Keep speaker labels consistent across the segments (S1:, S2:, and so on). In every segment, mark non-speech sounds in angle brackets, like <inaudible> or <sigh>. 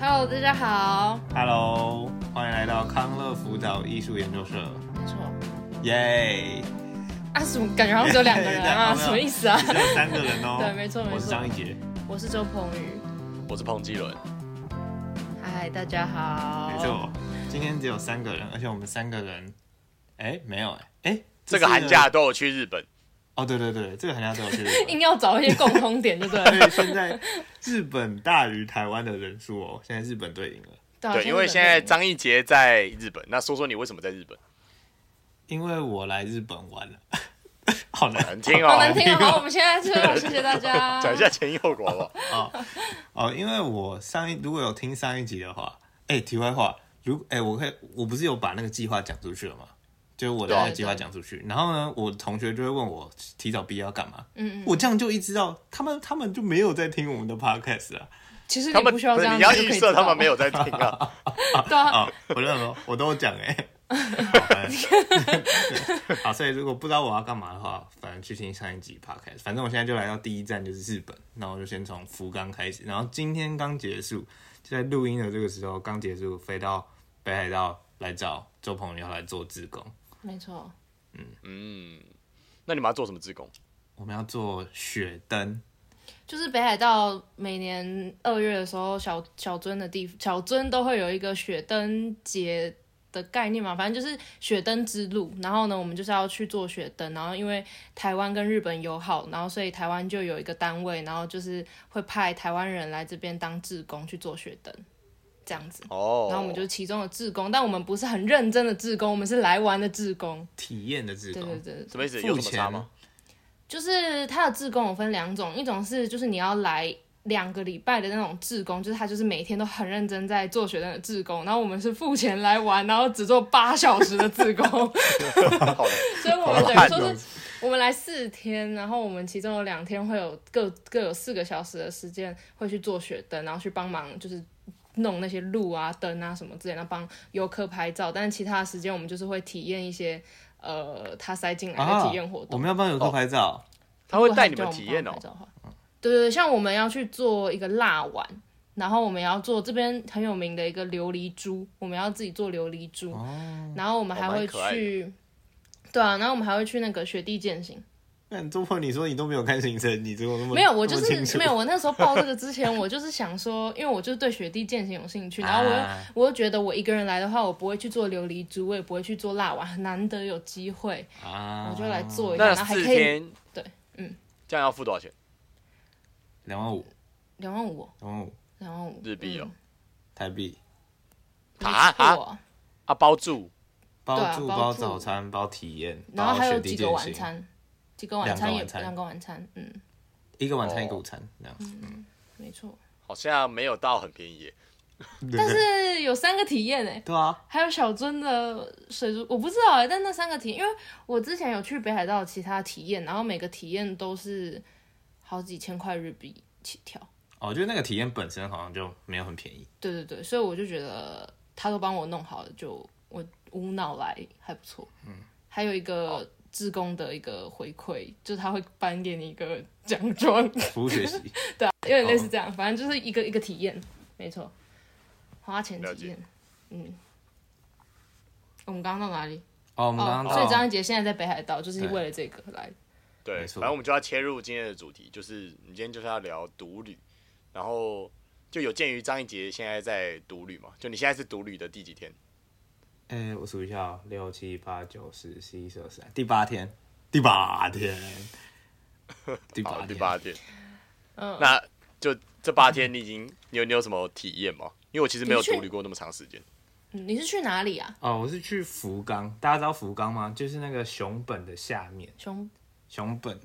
S1: Hello，大家好。
S2: Hello，欢迎来到康乐辅导艺术研究社，
S1: 没错。
S2: 耶、
S1: 啊，什么感觉好像只有两个人啊？
S2: 对
S1: 什么意思啊？。
S2: 只有三个人哦
S1: 对没错没错
S2: 我是张一杰，
S1: <laughs> 我是周鹏宇。
S3: 我是彭基伦，
S1: 嗨，大家好。
S2: 没。错。今天只有三个人，而且我们三个人，哎，没有哎，哎，
S3: 这
S2: 是
S3: 个寒假都有去日本，
S2: 哦，对对对，这个寒假都有去
S3: <laughs>
S2: 日本。
S1: 硬要找一些共通点，对不对？
S2: 对，现在日本大于台湾的人数哦，现在日本队赢了，
S1: 对啊
S3: 对，因为现在张艺杰在日本，那说说你为什么在日
S1: <laughs>
S3: 本？
S2: 因为我来日本玩了， <laughs> 好难
S3: 难听
S1: 好难
S3: 哦，
S1: 听
S3: <laughs>
S1: 啊哦。好我们现在是好，谢谢大家。
S3: 讲一下前因后果好不好？
S2: 哦，因为我上一如果有听上一集的话，哎、题外话，如哎、我可以，我不是有把那个计划讲出去了吗？就是我的
S3: 对啊
S2: 那个计划讲出去，然后呢，我同学就会问我提早毕业要干嘛，
S1: 嗯嗯。
S2: 我这样就一知道他们他们就没有在听我们的 podcast 啊，
S1: 其实
S3: 他
S1: 你
S3: 们
S1: 不需要
S3: 不
S1: 这
S3: 是
S1: 样，
S3: 你要
S1: 就可以
S3: 预设
S1: 知道
S3: 他们没有在听
S1: <laughs>
S3: 啊，
S1: 对啊，
S2: 啊、 <laughs> 我就想说我都有讲哎、
S1: <laughs>
S2: 好反正好，所以如果不知道我要干嘛的话，反正去听上一集 podcast。反正我现在就来到第一站就是日本，那我就先从福冈开始，然后今天刚结束，就在录音的这个时候刚结束，飞到北海道来找周鹏要来做志工。
S1: 没错。
S3: 嗯，那你们要做什么志工？
S2: 我们要做雪灯，
S1: 就是北海道每年二月的时候，小小樽的地小樽都会有一个雪灯节的概念嘛，反正就是雪灯之路。然后呢，我们就是要去做雪灯。然后因为台湾跟日本友好，然后所以台湾就有一个单位，然后就是会派台湾人来这边当志工去做雪灯，这样子。
S3: 哦，
S1: 然后我们就是其中的志工，但我们不是很认真的志工，我们是来玩的志工。
S2: 体验的志
S1: 对
S2: 工，
S1: 对对对
S3: 什么意思？有
S2: 付
S3: 什么差
S2: 钱
S3: 吗？
S1: 就是它的志工有分两种，一种是就是你要来两个礼拜的那种志工，就是他就是每天都很认真在做学生的志工，然后我们是付钱来玩，然后只做八小时的志
S3: <laughs>
S1: 工，所
S3: 好
S1: 以我们等于
S3: 烂哦
S1: 说是我们来四天，然后我们其中有两天会有各各有四个小时的时间会去做雪灯，然后去帮忙就是弄那些路啊、灯啊什么之类的，然后帮游客拍照，但是其他的时间我们就是会体验一些呃他塞进来的体验活
S3: 啊
S1: 动。
S2: 啊我们要帮游客拍照，
S3: 他会带你们体验
S1: 如
S3: 哦
S1: 果他叫我们帮他拍照的话。对对对，像我们要去做一个蜡丸，然后我们要做这边很有名的一个琉璃珠，我们要自己做琉璃珠，然后我们还会
S3: 哦蛮可爱
S1: 去，对啊，然后我们还会去那个雪地践行。
S2: 那周鹏，你说你都没有看行程，你怎么那么
S1: 没有，我就
S2: 那么清
S1: 是
S2: 楚
S3: <laughs>
S1: 没有。我那时候报这个之前，我就是想说，因为我就是对雪地践行有兴趣，然后我又、
S2: 啊
S1: 我又觉得我一个人来的话，我不会去做琉璃珠，我也不会去做蜡丸，很难得有机会，
S2: 啊？
S1: 我就来做一下，
S3: 那
S1: 然后还
S3: 四
S1: 可以
S3: 天，
S1: 对，嗯，
S3: 这样要付多少钱？
S2: 两万五，
S1: 两万五哦，
S2: 两万五
S1: 两万五
S3: 日币哦，
S2: 台币。
S1: 不
S3: 啊
S1: 错
S3: 啊
S1: 哦
S3: 啊，包住
S1: 对啊
S2: 包住、
S1: 包
S2: 包
S1: 住
S2: 早餐、包体验，
S1: 然后还有
S2: 雪地
S1: 几个
S2: 践
S1: 晚
S2: 行，
S1: 餐，几个晚餐也
S2: 两个晚餐
S1: 两个晚餐，嗯，
S2: 一个晚餐、
S3: 哦
S2: 一个午餐这样。
S1: 没错。
S3: 好像没有到很便宜耶，
S1: 但是有三个体验诶，
S2: 对啊，
S1: 还有小樽的水族，我不知道诶，欸但那三个体验，因为我之前有去北海道的其他体验，然后每个体验都是好几千块日币起跳。
S2: 哦，我觉得那个体验本身好像就没有很便宜。
S1: 对对对，所以我就觉得他都帮我弄好了，就我无脑来还不错。嗯，哦还有一个志工的一个回馈，就是他会颁给你一个奖状。
S2: 服务学
S1: <laughs>
S2: 习，
S1: 对、啊，有点
S3: 哦
S1: 类似这样，反正就是一个一个体验，没错，花钱
S3: 了
S1: 体
S3: 解
S1: 验，嗯。我们刚刚到哪里？
S2: 哦，我们刚
S1: 哦
S2: 刚，
S1: 所以
S2: 到
S1: 张一杰现在在北海道，就是
S2: 对
S1: 为了这个来。
S3: 对，
S2: 没错
S3: 反正我们就要切入今天的主题，就是我们今天就是要聊独旅，然后就有鉴于张一杰现在在独旅嘛，就你现在是独旅的第几天？
S2: 哎，我数一下哦，六七八九十十一十二十三，第八天，第八天，第
S3: 好
S2: 八
S3: 第
S2: 天，
S3: 八天。
S1: 嗯
S3: 那就这八天你已经你有你有什么体验吗？因为我其实没有
S1: 你去
S3: 独旅过那么长时间。
S1: 嗯你是去哪里啊？
S2: 哦，我是去福冈，大家知道福冈吗？就是那个熊本的下面，
S1: 熊
S2: 熊本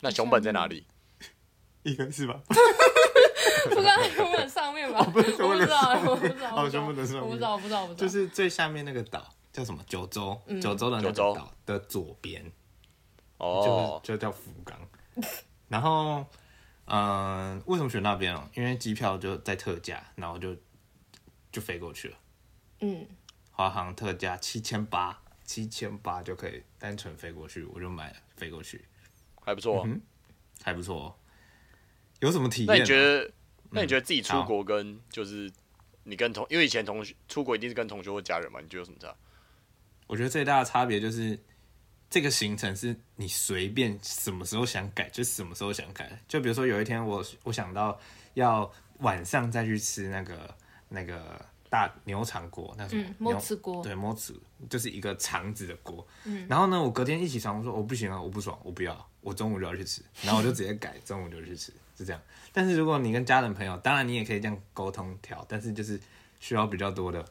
S3: 那熊本在哪里？
S2: 应该是吧？ <laughs>
S1: 不刚熊本上面吧？我不
S2: 熊本
S1: 知道，我不知道，
S2: 哦
S1: 我不知道
S2: 熊本的上面
S1: 我不知道，我不知道，我不知道。
S2: 就是最下面那个岛叫什么？九州，
S1: 嗯
S2: 九州的那个
S3: 九州
S2: 岛的左边，
S3: 哦
S2: 就，是就叫福冈。然后，嗯、为什么选那边哦？因为机票就在特价，然后就就飞过去了。
S1: 嗯，
S2: 华航特价七千八，七千八就可以单程飞过去，我就买了飞过去，
S3: 还
S2: 嗯
S3: 不错。啊
S2: 还不错哦。有什么体验、
S3: 那
S2: 啊？
S3: 你觉得？那你觉得自己出
S2: 好
S3: 国跟就是你跟同，因为以前同学出国一定是跟同学或家人嘛，你觉得有什么差？
S2: 我觉得最大的差别就是，这个行程是你随便什么时候想改就什么时候想改。就比如说有一天我我想到要晚上再去吃那个那个大牛肠锅，那什么
S1: 嗯
S2: 牛
S1: 摸吃锅
S2: 对，摸子就是一个肠子的锅。嗯，然后呢，我隔天一起床，我说我不行啊，我不爽，我不要，我中午就要去吃，然后我就直接改中午就去吃，是这样。但是如果你跟家人朋友，当然你也可以这样沟通调，但是就是需要比较多的，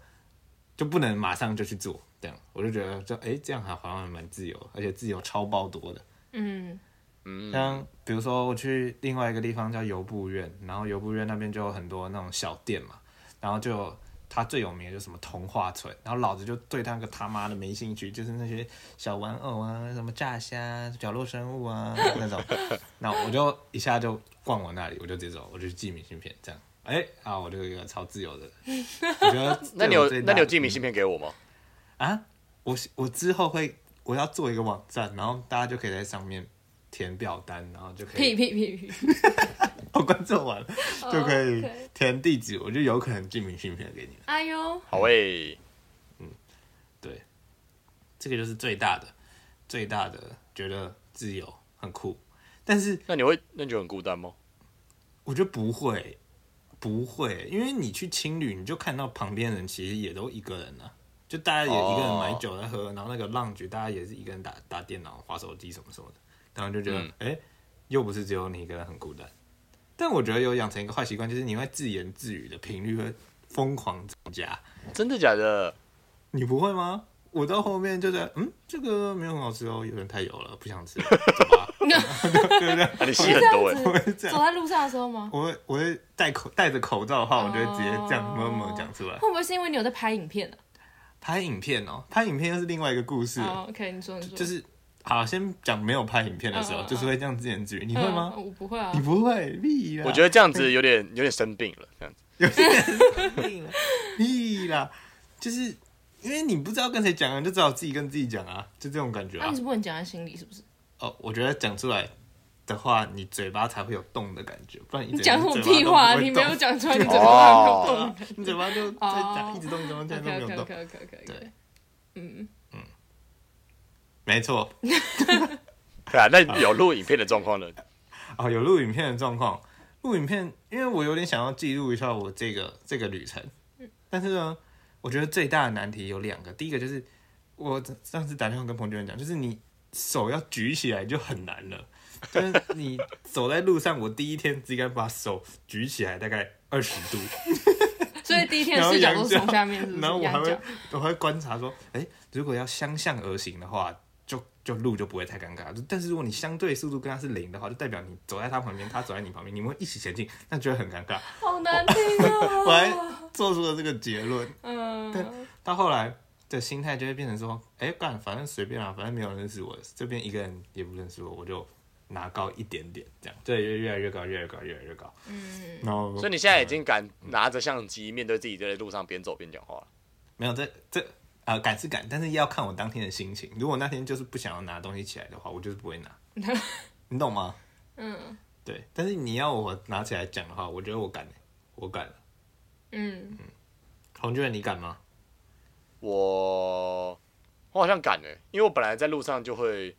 S2: 就不能马上就去做。这样我就觉得就哎、这样还好像还蛮自由，而且自由超爆多的。
S1: 嗯，
S2: 像比如说我去另外一个地方叫游步院，然后游步院那边就有很多那种小店嘛，然后就有它最有名的就是什么童话村，然后老子就对他个他妈的没兴趣，就是那些小玩偶啊，什么炸虾、角落生物啊那
S3: <laughs>
S2: 种，那我就一下就逛完那里，我就直接走，我就寄明信片这样。哎、啊，我就一个超自由
S3: <laughs>
S2: 的人，我觉得
S3: 那你
S2: 对
S3: 有
S2: 我最大
S3: 那你有寄明信片给我吗？
S2: 啊，我我之后会我要做一个网站，然后大家就可以在上面填表单，然后就可以 <laughs>
S1: 屁屁屁屁，
S2: 我关注
S1: <laughs>
S2: 完了就可以
S1: 哦 OK
S2: 填地址，我就有可能寄明信片给你们。
S1: 哎呦，
S3: 好诶、
S2: 对，这个就是最大的、最大的，觉得自由很酷。但是
S3: 那你会那你觉得很孤单吗？
S2: 我觉得不会，不会，因为你去青旅，你就看到旁边人其实也都一个人啊，就大家也一个人买酒来喝，然后那个浪局大家也是一个人打打电脑、划手机什么什么的，然后就觉得，哎、又不是只有你一个人很孤单。但我觉得有养成一个坏习惯，就是你会自言自语的频率会疯狂增加。
S3: 真的假的？
S2: 你不会吗？我到后面就在，嗯，这个没有很好吃哦，有点太油了，不想吃了，走吧。 <laughs>
S3: 啊、 <laughs> 你戏很多诶、
S1: 这样子，走在路上的时候吗？
S2: 我会我会戴口戴着口罩的话，我就会直接这样
S1: 哦
S2: 默默讲出来。
S1: 会不会是因为你有在拍影片呢、
S2: 拍影片哦，拍影片又是另外一个故事了，
S1: 啊、o k 你说你说，
S2: 就是好，先讲没有拍影片的时
S1: 嗯
S2: 候，
S1: 嗯嗯
S2: 就是会这样自言自语，你
S1: 你
S2: 会吗？
S1: 我不会啊
S2: 你，不会，屁啦！
S3: 我觉得这样子有点有 <laughs> 点生病了，这样子。
S2: 屁啦，屁啦，就是因为你不知道跟谁讲啊，你就只好自己跟自己讲啊，就这种感觉
S1: 那、
S2: 啊
S1: 你。是不能讲在心里，是不是？
S2: 哦，我觉得讲出来的话，你嘴巴才会有动的感觉，不然你
S1: 你
S2: 整
S1: 讲什
S2: 个
S1: 么
S2: 嘴巴
S1: 屁
S2: 都
S1: 话、
S2: 不
S1: 啊？
S2: 会
S1: 你没有
S2: 动
S1: 讲出来，你怎么还没有动
S3: 哦
S2: 你嘴巴就在
S1: 哦
S2: 打，一直动，一直动，现在都没
S1: <laughs> OK
S2: 有
S1: OK OK
S2: 动。
S1: OK OK，
S2: 对 <laughs> 没错，
S3: 对啊，
S1: <laughs>
S3: 那有录影片的状况呢？
S2: 哦，有录影片的状况，录影片，因为我有点想要记录一下我这个这个旅程，但是呢，我觉得最大的难题有两个，第一个就是我上次打电话跟彭娟讲，就是你手要举起来就很难了，就是你走在路上，我第一天只敢把手举起来大概二十度，
S1: 所以第一天
S2: 然
S1: 的
S2: 后
S1: 视角
S2: 仰
S1: 都
S2: 角，
S1: 是从下面，是不是？
S2: 然后我还
S1: 仰
S2: 会
S1: 角，
S2: 我还会观察说，哎、如果要相向而行的话，就就路就不会太尴尬。但是如果你相对速度跟他是零的话，就代表你走在他旁边，他走在你旁边，你们会一起前进，那就会很尴尬。
S1: 好难听哦。
S2: <laughs> 我还做出了这个结论， <laughs>
S1: 嗯，
S2: 到后来的心态就会变成说，哎、干，反正随便啦、反正没有人认识我，这边一个人也不认识我，我就拿高一点点，这样，对，越越来越高，越来越高，越来越高。嗯，然后
S3: 所以你现在已经敢拿着相机面对自己在路上边走边讲话了。
S2: 没有，这这啊、呃、敢是敢，但是要看我当天的心情。如果那天就是不想要拿东西起来的话，我就是不会拿。你懂吗？
S1: 嗯
S2: 对，但是你要我拿起来讲的话，我觉得我敢、我敢。
S1: 嗯，
S2: 红娟，你敢吗？
S3: 我我好像敢诶、因为我本来在路上就会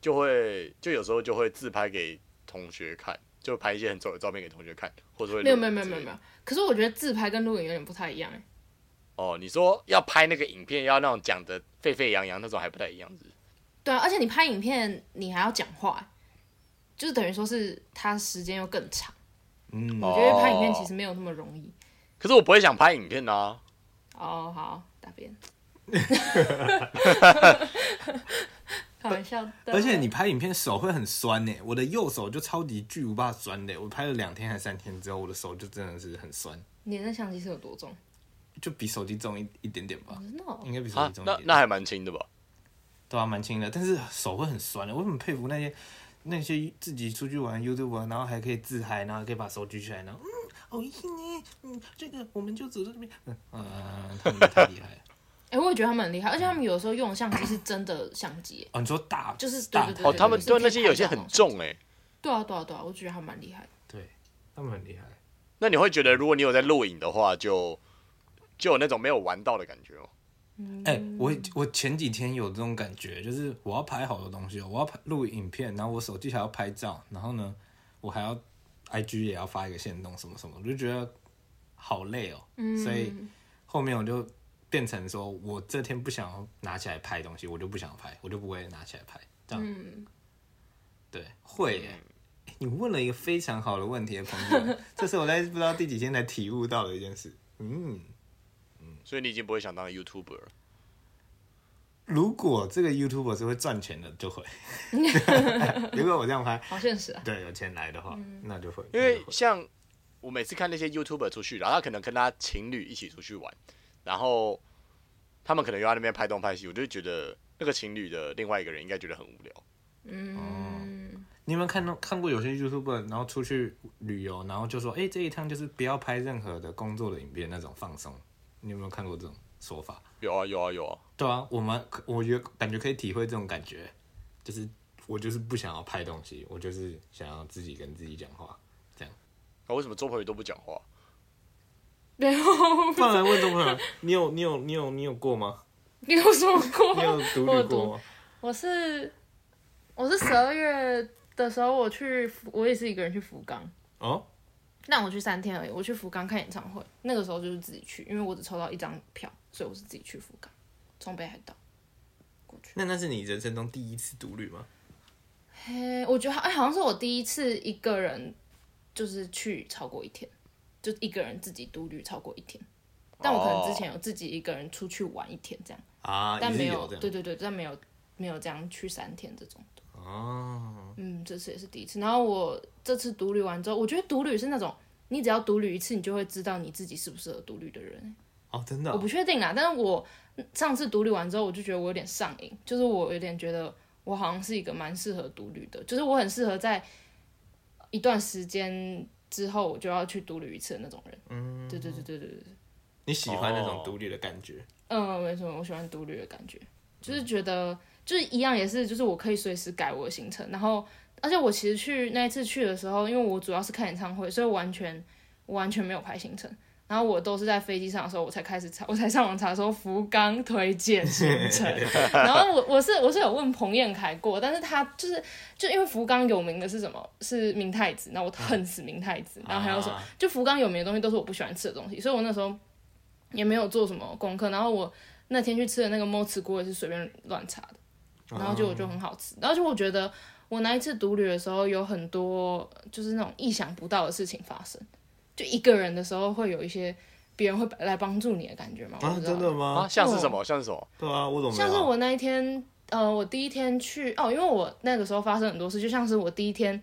S3: 就会就有时候就会自拍给同学看，就拍一些很丑的照片给同学看，或者会
S1: 没有
S3: 录
S1: 没有
S3: 影
S1: 没有
S3: 之
S1: 没有
S3: 类
S1: 没
S3: 的
S1: 有。可是我觉得自拍跟录影有点不太一样哎。
S3: 哦，你说要拍那个影片，要那种讲的沸沸扬扬那种还不太一样是不是
S1: 对啊，而且你拍影片，你还要讲话欸，就是等于说是它时间又更长。
S2: 嗯
S1: 我觉得拍影片
S3: 哦
S1: 其实没有那么容易。
S3: 可是我不会想拍影片啊，
S1: 哦，好，打
S2: <laughs>
S1: 边。开玩笑的。
S2: 而且你拍影片手会很酸呢、欸我的右手就超级巨无霸酸的、我拍了两天还三天之后，我的手就真的是很酸，
S1: 你那相机是有多重？
S2: 就比手机重一一点点吧，
S1: 真的哦
S2: 应该比手
S3: 啊
S2: 机重一点。
S3: 那那还蛮轻的吧？
S2: 对啊，蛮轻的，但是手会很酸欸的。我很佩服那些那些自己出去玩 YouTube 啊，然后还可以自嗨，然后可以把手举起来，然后嗯，好硬哎，嗯，这个我们就走到这边，嗯嗯，嗯他们太厉害了。
S1: 哎、我也觉得他们很厉害，而且他们
S2: 嗯
S1: 有的时候用的相机是真的相机耶，
S2: 哦，你说大
S1: 就是
S2: 大
S1: 对对对
S3: 哦，
S2: 台
S3: 他们
S1: 对
S3: 对那些有些很重欸诶、
S1: 对啊，对啊，对啊，我觉得他蛮厉害的。
S2: 对，他们很厉害。
S3: 那你会觉得如果你有在录影的话，就就有那种没有玩到的感觉哦。
S2: 哎、我我前几天有这种感觉，就是我要拍好多东西哦，我要拍录影片，然后我手机还要拍照，然后呢，我还要 IG 也要发一个线动什么什么，我就觉得好累哦。
S1: 嗯
S2: 所以后面我就变成说，我这天不想要拿起来拍东西，我就不想拍，我就不会拿起来拍。这
S1: 嗯
S2: 样，对，会
S3: 嗯
S2: 耶、哎你问了一个非常好的问题，朋友，这是我在不知道第几天才体悟到的一件事。嗯。
S3: 所以你已经不会想当 YouTuber 了。
S2: 如果这个 YouTuber 是会赚钱的，就会。 <laughs> 如果我这样拍，
S1: 好现实啊。
S2: 对，有钱来的话，
S1: 嗯
S2: 那就会。
S3: 因
S2: 那
S3: 为
S2: 就会
S3: 像我每次看那些 YouTuber 出去，然后他可能跟他情侣一起出去玩，然后他们可能又在那边拍东拍西，我就觉得那个情侣的另外一个人应该觉得很无聊。
S1: <laughs> 嗯，
S2: 你有没有看到看过有些 YouTuber，然后出去旅游，然后就说：“哎、这一趟就是不要拍任何的工作的影片，那种放松。”你有没有看过这种说法？
S3: 有啊有啊有啊，
S2: 对啊，我们我觉得感觉可以体会这种感觉，就是我就是不想要拍东西，我就是想要自己跟自己讲
S1: <laughs>
S2: 话。
S3: 啊那、为什么周鹏宇都不讲话？
S1: 然后
S2: 不然问众朋友，你有你有你有你有过吗？
S1: 你有说
S2: 你有
S1: 过？我
S2: 独旅
S1: 有
S2: 过吗？
S1: 我是我是十二月的时候，我去福我也是一个人去福冈，
S2: 哦，
S1: 但我去三天而已。我去福冈看演唱会，那个时候就是自己去，因为我只抽到一张票，所以我是自己去福冈，从北海道过去。
S2: 那那是你人生中第一次独旅吗？
S1: 哎、我觉得好哎、好像是我第一次一个人就是去超过一天，就一个人自己独旅超过一天。但我可能之前有自己一个人出去玩一天这样，
S2: 哦啊，
S1: 但
S2: 一日
S1: 没
S2: 游
S1: 有
S2: 这样
S1: 对对对，但没有没有这样去三天这种的。
S2: 哦，
S1: 嗯，这次也是第一次。然后我这次独旅完之后，我觉得独旅是那种你只要独旅一次，你就会知道你自己适不适合独旅的人。
S2: 哦，真的
S1: 我
S2: 哦、
S1: 不确定啦，但是我上次独旅完之后，我就觉得我有点上瘾，就是我有点觉得我好像是一个蛮适合独旅的，就是我很适合在一段时间之后我就要去独旅一次的那种人。嗯，对对对对对对。
S2: 你喜欢那
S3: 哦
S2: 种独立的感觉，
S1: 嗯，没错，我喜欢独旅的感觉，就是觉得就是一样也是，就是我可以随时改我的行程，然后而且我其实去那一次去的时候，因为我主要是看演唱会，所以我完全我完全没有排行程，然后我都是在飞机上的时候我才开始查，我才上网查说福冈推荐行程，然后我我是我是有问彭彦凯过，但是他就是就因为福冈有名的是什么？是明太子，那我恨死明太子，然后还有什么
S2: 啊？
S1: 就福冈有名的东西都是我不喜欢吃的东西，所以我那时候也没有做什么功课，然后我那天去吃的那个猫吃锅也是随便乱查的，然后
S2: 哦
S1: 就我就很好吃，而且我觉得我那一次独旅的时候有很多就是那种意想不到的事情发生，就一个人的时候会有一些别人会来帮助你的感觉嘛，我不
S2: 啊，
S1: 知道
S2: 真的
S3: 啊，
S2: 吗？
S3: 像
S1: 哦
S3: 是什么？像是什么？
S2: 对啊，我怎么没有
S1: 像是我那一天，呃，我第一天去哦，因为我那个时候发生很多事，就像是我第一天，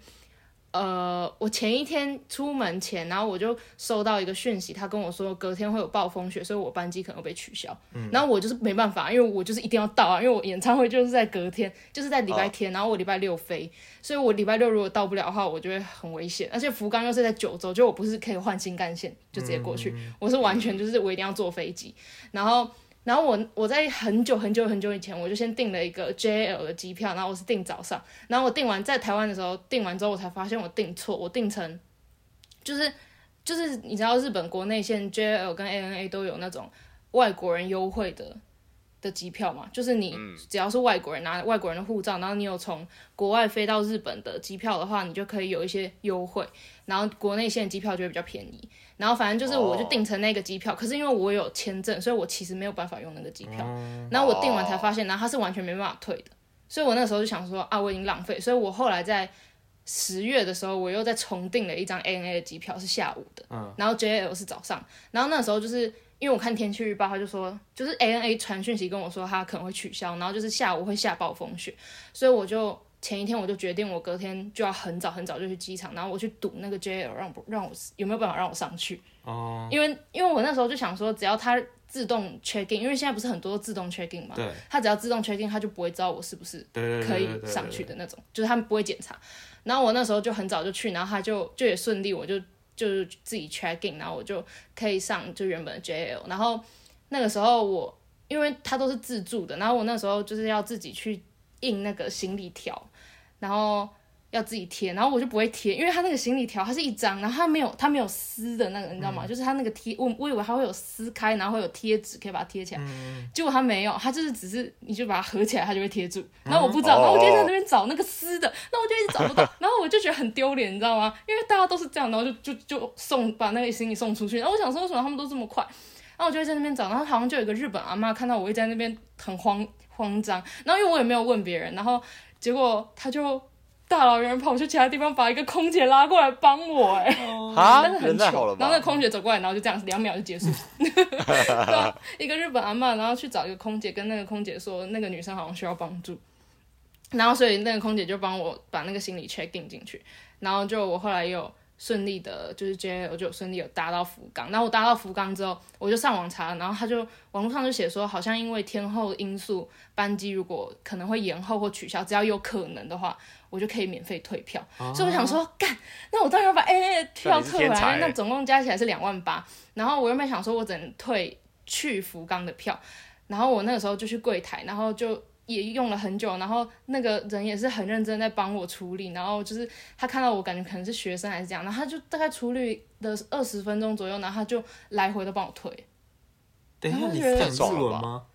S1: 呃，我前一天出门前，然后我就收到一个讯息，他跟我说隔天会有暴风雪，所以我班机可能会被取消。然后我就是没办法，因为我就是一定要到啊，因为我演唱会就是在隔天，就是在礼拜天，然后我礼拜六飞，所以我礼拜六如果到不了的话，我就会很危险。而且福冈又是在九州，就我不是可以换新干线就直接过去，我是完全就是我一定要坐飞机，然后。然后我我在很久很久很久以前，我就先订了一个 JL 的机票，然后我是订早上，然后我订完在台湾的时候订完之后，我才发现我订错，我订成就是就是你知道日本国内线 JL 跟 ANA 都有那种外国人优惠的的机票嘛，就是你只要是外国人拿外国人的护照，然后你有从国外飞到日本的机票的话，你就可以有一些优惠，然后国内线机票就会比较便宜。然后反正就是我就订成那个机票，可是因为我有签证，所以我其实没有办法用那个机票。然后我订完才发现，然后它是完全没办法退的，所以我那时候就想说啊，我已经浪费，所以我后来在十月的时候，我又再重订了一张 ANA 的机票，是下午的，然后 JL 是早上，然后那时候就是。因为我看天气预报，他就说，就是 ANA 传讯息跟我说他可能会取消，然后就是下午会下暴风雪，所以我就前一天我就决定，我隔天就要很早很早就去机场，然后我去赌那个 JL 让不让我有没有办法让我上去。哦，因为因为我那时候就想说，只要它自动 check in，因为现在不是很多自动 check in 嘛，
S2: 对
S1: 它只要自动 check in，它就不会知道我是不是
S2: 对对对
S1: 可以
S2: 对对对
S1: 上去的那种，就是他们不会检查。然后我那时候就很早就去，然后他就就也顺利，我就就是自己 check in，然后我就可以上就原本的 JL，然后那个时候我因为它都是自助的，然后我那时候就是要自己去印那个行李条，然后要自己贴，然后我就不会贴，因为它那个行李条它是一张，然后它没有它没有撕的那个，你知道吗？就是它那个贴，我我以为它会有撕开，然后会有贴纸可以把它贴起来，结果它没有，它就是只是你就把它合起来，它就会贴住。然后我不知道，
S3: 哦
S1: 然后我就在那边找那个撕的，那我就一直找不到，然后我就觉得很丢脸，你知道吗？因为大家都是这样，然后就就就送把那个行李送出去，然后我想说为什么他们都这么快？然后我就会在那边找，然后好像就有一个日本阿嬷看到我会在那边很慌慌张，然后因为我也没有问别人，然后结果她就大老远跑去其他地方把一个空姐拉过来帮我、哎，
S3: 啊，
S1: <laughs> 但是很
S3: 人
S1: 糗
S3: 太好了
S1: 然后那
S3: 吧？
S1: 空姐走过来，然后就这样两秒就
S3: <laughs>
S1: 结束，对啊一个日本阿嬷，然后去找一个空姐，跟那个空姐说那个女生好像需要帮助，然后所以那个空姐就帮我把那个行李 check in 进去，然后就我后来有顺利的，就是 J 我就有顺利有搭到福冈，然后我搭到福冈之后，我就上网查，然后他就网络上就写说，好像因为天候因素，班机如果可能会延后或取消，只要有可能的话，我就可以免费退票。所以我想说，干，那我当然要把 AA 票
S3: 啊你是
S1: 退
S3: 天
S1: 回来，
S3: 才
S1: 那总共加起来是两万八。然后我原本想说，我只能退去福冈的票，然后我那个时候就去柜台，然后就。也用了很久，然后那个人也是很认真在帮我处理，然后就是他看到我感觉可能是学生还是这样，然后他就大概处理的二十分钟左右，然后他就来回都帮我退，
S2: 等一下，
S1: 然后
S2: 你
S1: 觉得
S2: 讲
S3: 太
S2: 日
S3: 爽了
S2: 文
S3: 吧
S2: 吗？